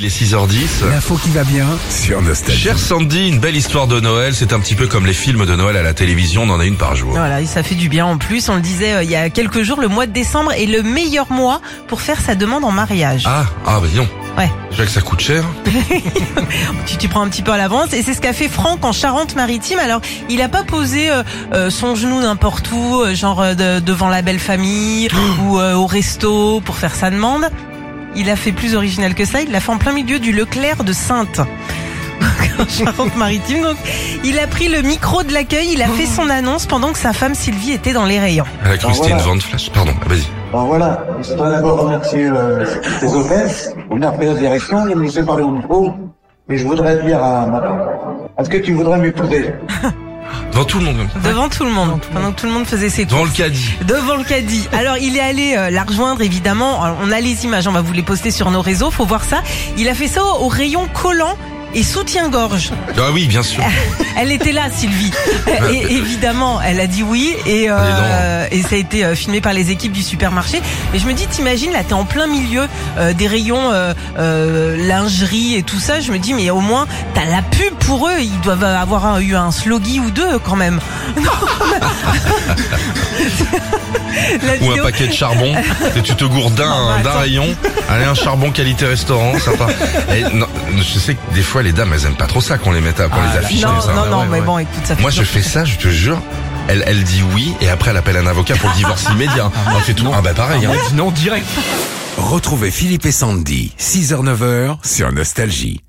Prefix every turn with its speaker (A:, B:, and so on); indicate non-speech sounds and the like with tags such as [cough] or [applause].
A: Il est 6h10.
B: L'info qui va bien sur Nostalgie.
A: Cher Sandy, une belle histoire de Noël, c'est un petit peu comme les films de Noël à la télévision, on en a une par jour.
C: Voilà, et ça fait du bien en plus. On le disait euh, il y a quelques jours, le mois de décembre est le meilleur mois pour faire sa demande en mariage.
A: Ah, ah bah dis donc.
C: Ouais.
A: Déjà que ça coûte cher.
C: Tu t'y prends un petit peu à l'avance et c'est ce qu'a fait Franck en Charente-Maritime. Alors, il a pas posé euh, euh, son genou n'importe où, euh, genre euh, de- devant la belle famille ou euh, au resto pour faire sa demande. Il a fait plus original que ça. Il l'a fait en plein milieu du Leclerc de Sainte. [laughs] En Charente-Maritime, donc il a pris le micro de l'accueil, il a fait son annonce pendant que sa femme Sylvie était dans les rayons.
A: Elle a cru que c'était une
D: voilà.
A: vente flash. Pardon, ah, vas-y.
D: Bon voilà, je dois d'abord remercier euh, tes hôtesses, on a repris la direction, ils me laissaient parler au micro, et je voudrais dire à ma femme, est-ce que tu voudrais m'épouser
A: Devant tout le monde.
C: Devant tout le monde, pendant que tout le monde faisait ses
A: Devant
C: tours.
A: le caddie.
C: Devant le caddie. Alors il est allé euh, la rejoindre évidemment. Alors, on a les images, on va vous les poster sur nos réseaux, faut voir ça. Il a fait ça au, au rayon collant et soutien-gorge.
A: Ah oui, bien
C: [laughs]
A: sûr.
C: Elle était là,
A: [laughs]
C: Sylvie. Et évidemment, elle a dit oui et, euh,
A: Ah,
C: et ça a été euh, filmé par les équipes du supermarché. Et je me dis, t'imagines là, t'es en plein milieu euh, des rayons euh, euh, lingerie et tout ça. Je me dis, mais au moins t'as la pub pour eux. Ils doivent avoir un- eu un slogan ou deux
A: [laughs]
C: quand même. [laughs]
A: Ou
C: La
A: un
C: vidéo-
A: paquet de charbon. Et tu te gourdes d'un
C: Non, bah,
A: d'un
C: attends.
A: rayon. Allez, un charbon qualité restaurant, sympa. Et non, je sais que des fois, les dames, elles aiment pas trop ça qu'on les mette à, qu'on les affiche
C: Ah, non,
A: comme ça.
C: non, non,
A: Ouais,
C: mais
A: ouais.
C: bon, écoute, ça fait
A: Moi, je
C: toujours-
A: fais ça, je te jure. Elle, elle dit oui, et après, elle appelle un avocat pour le divorce
C: [laughs]
A: immédiat. On fait tout. Ah bah pareil. hein.
B: Retrouvez Philippe et Sandy, 6h-9h sur Nostalgie.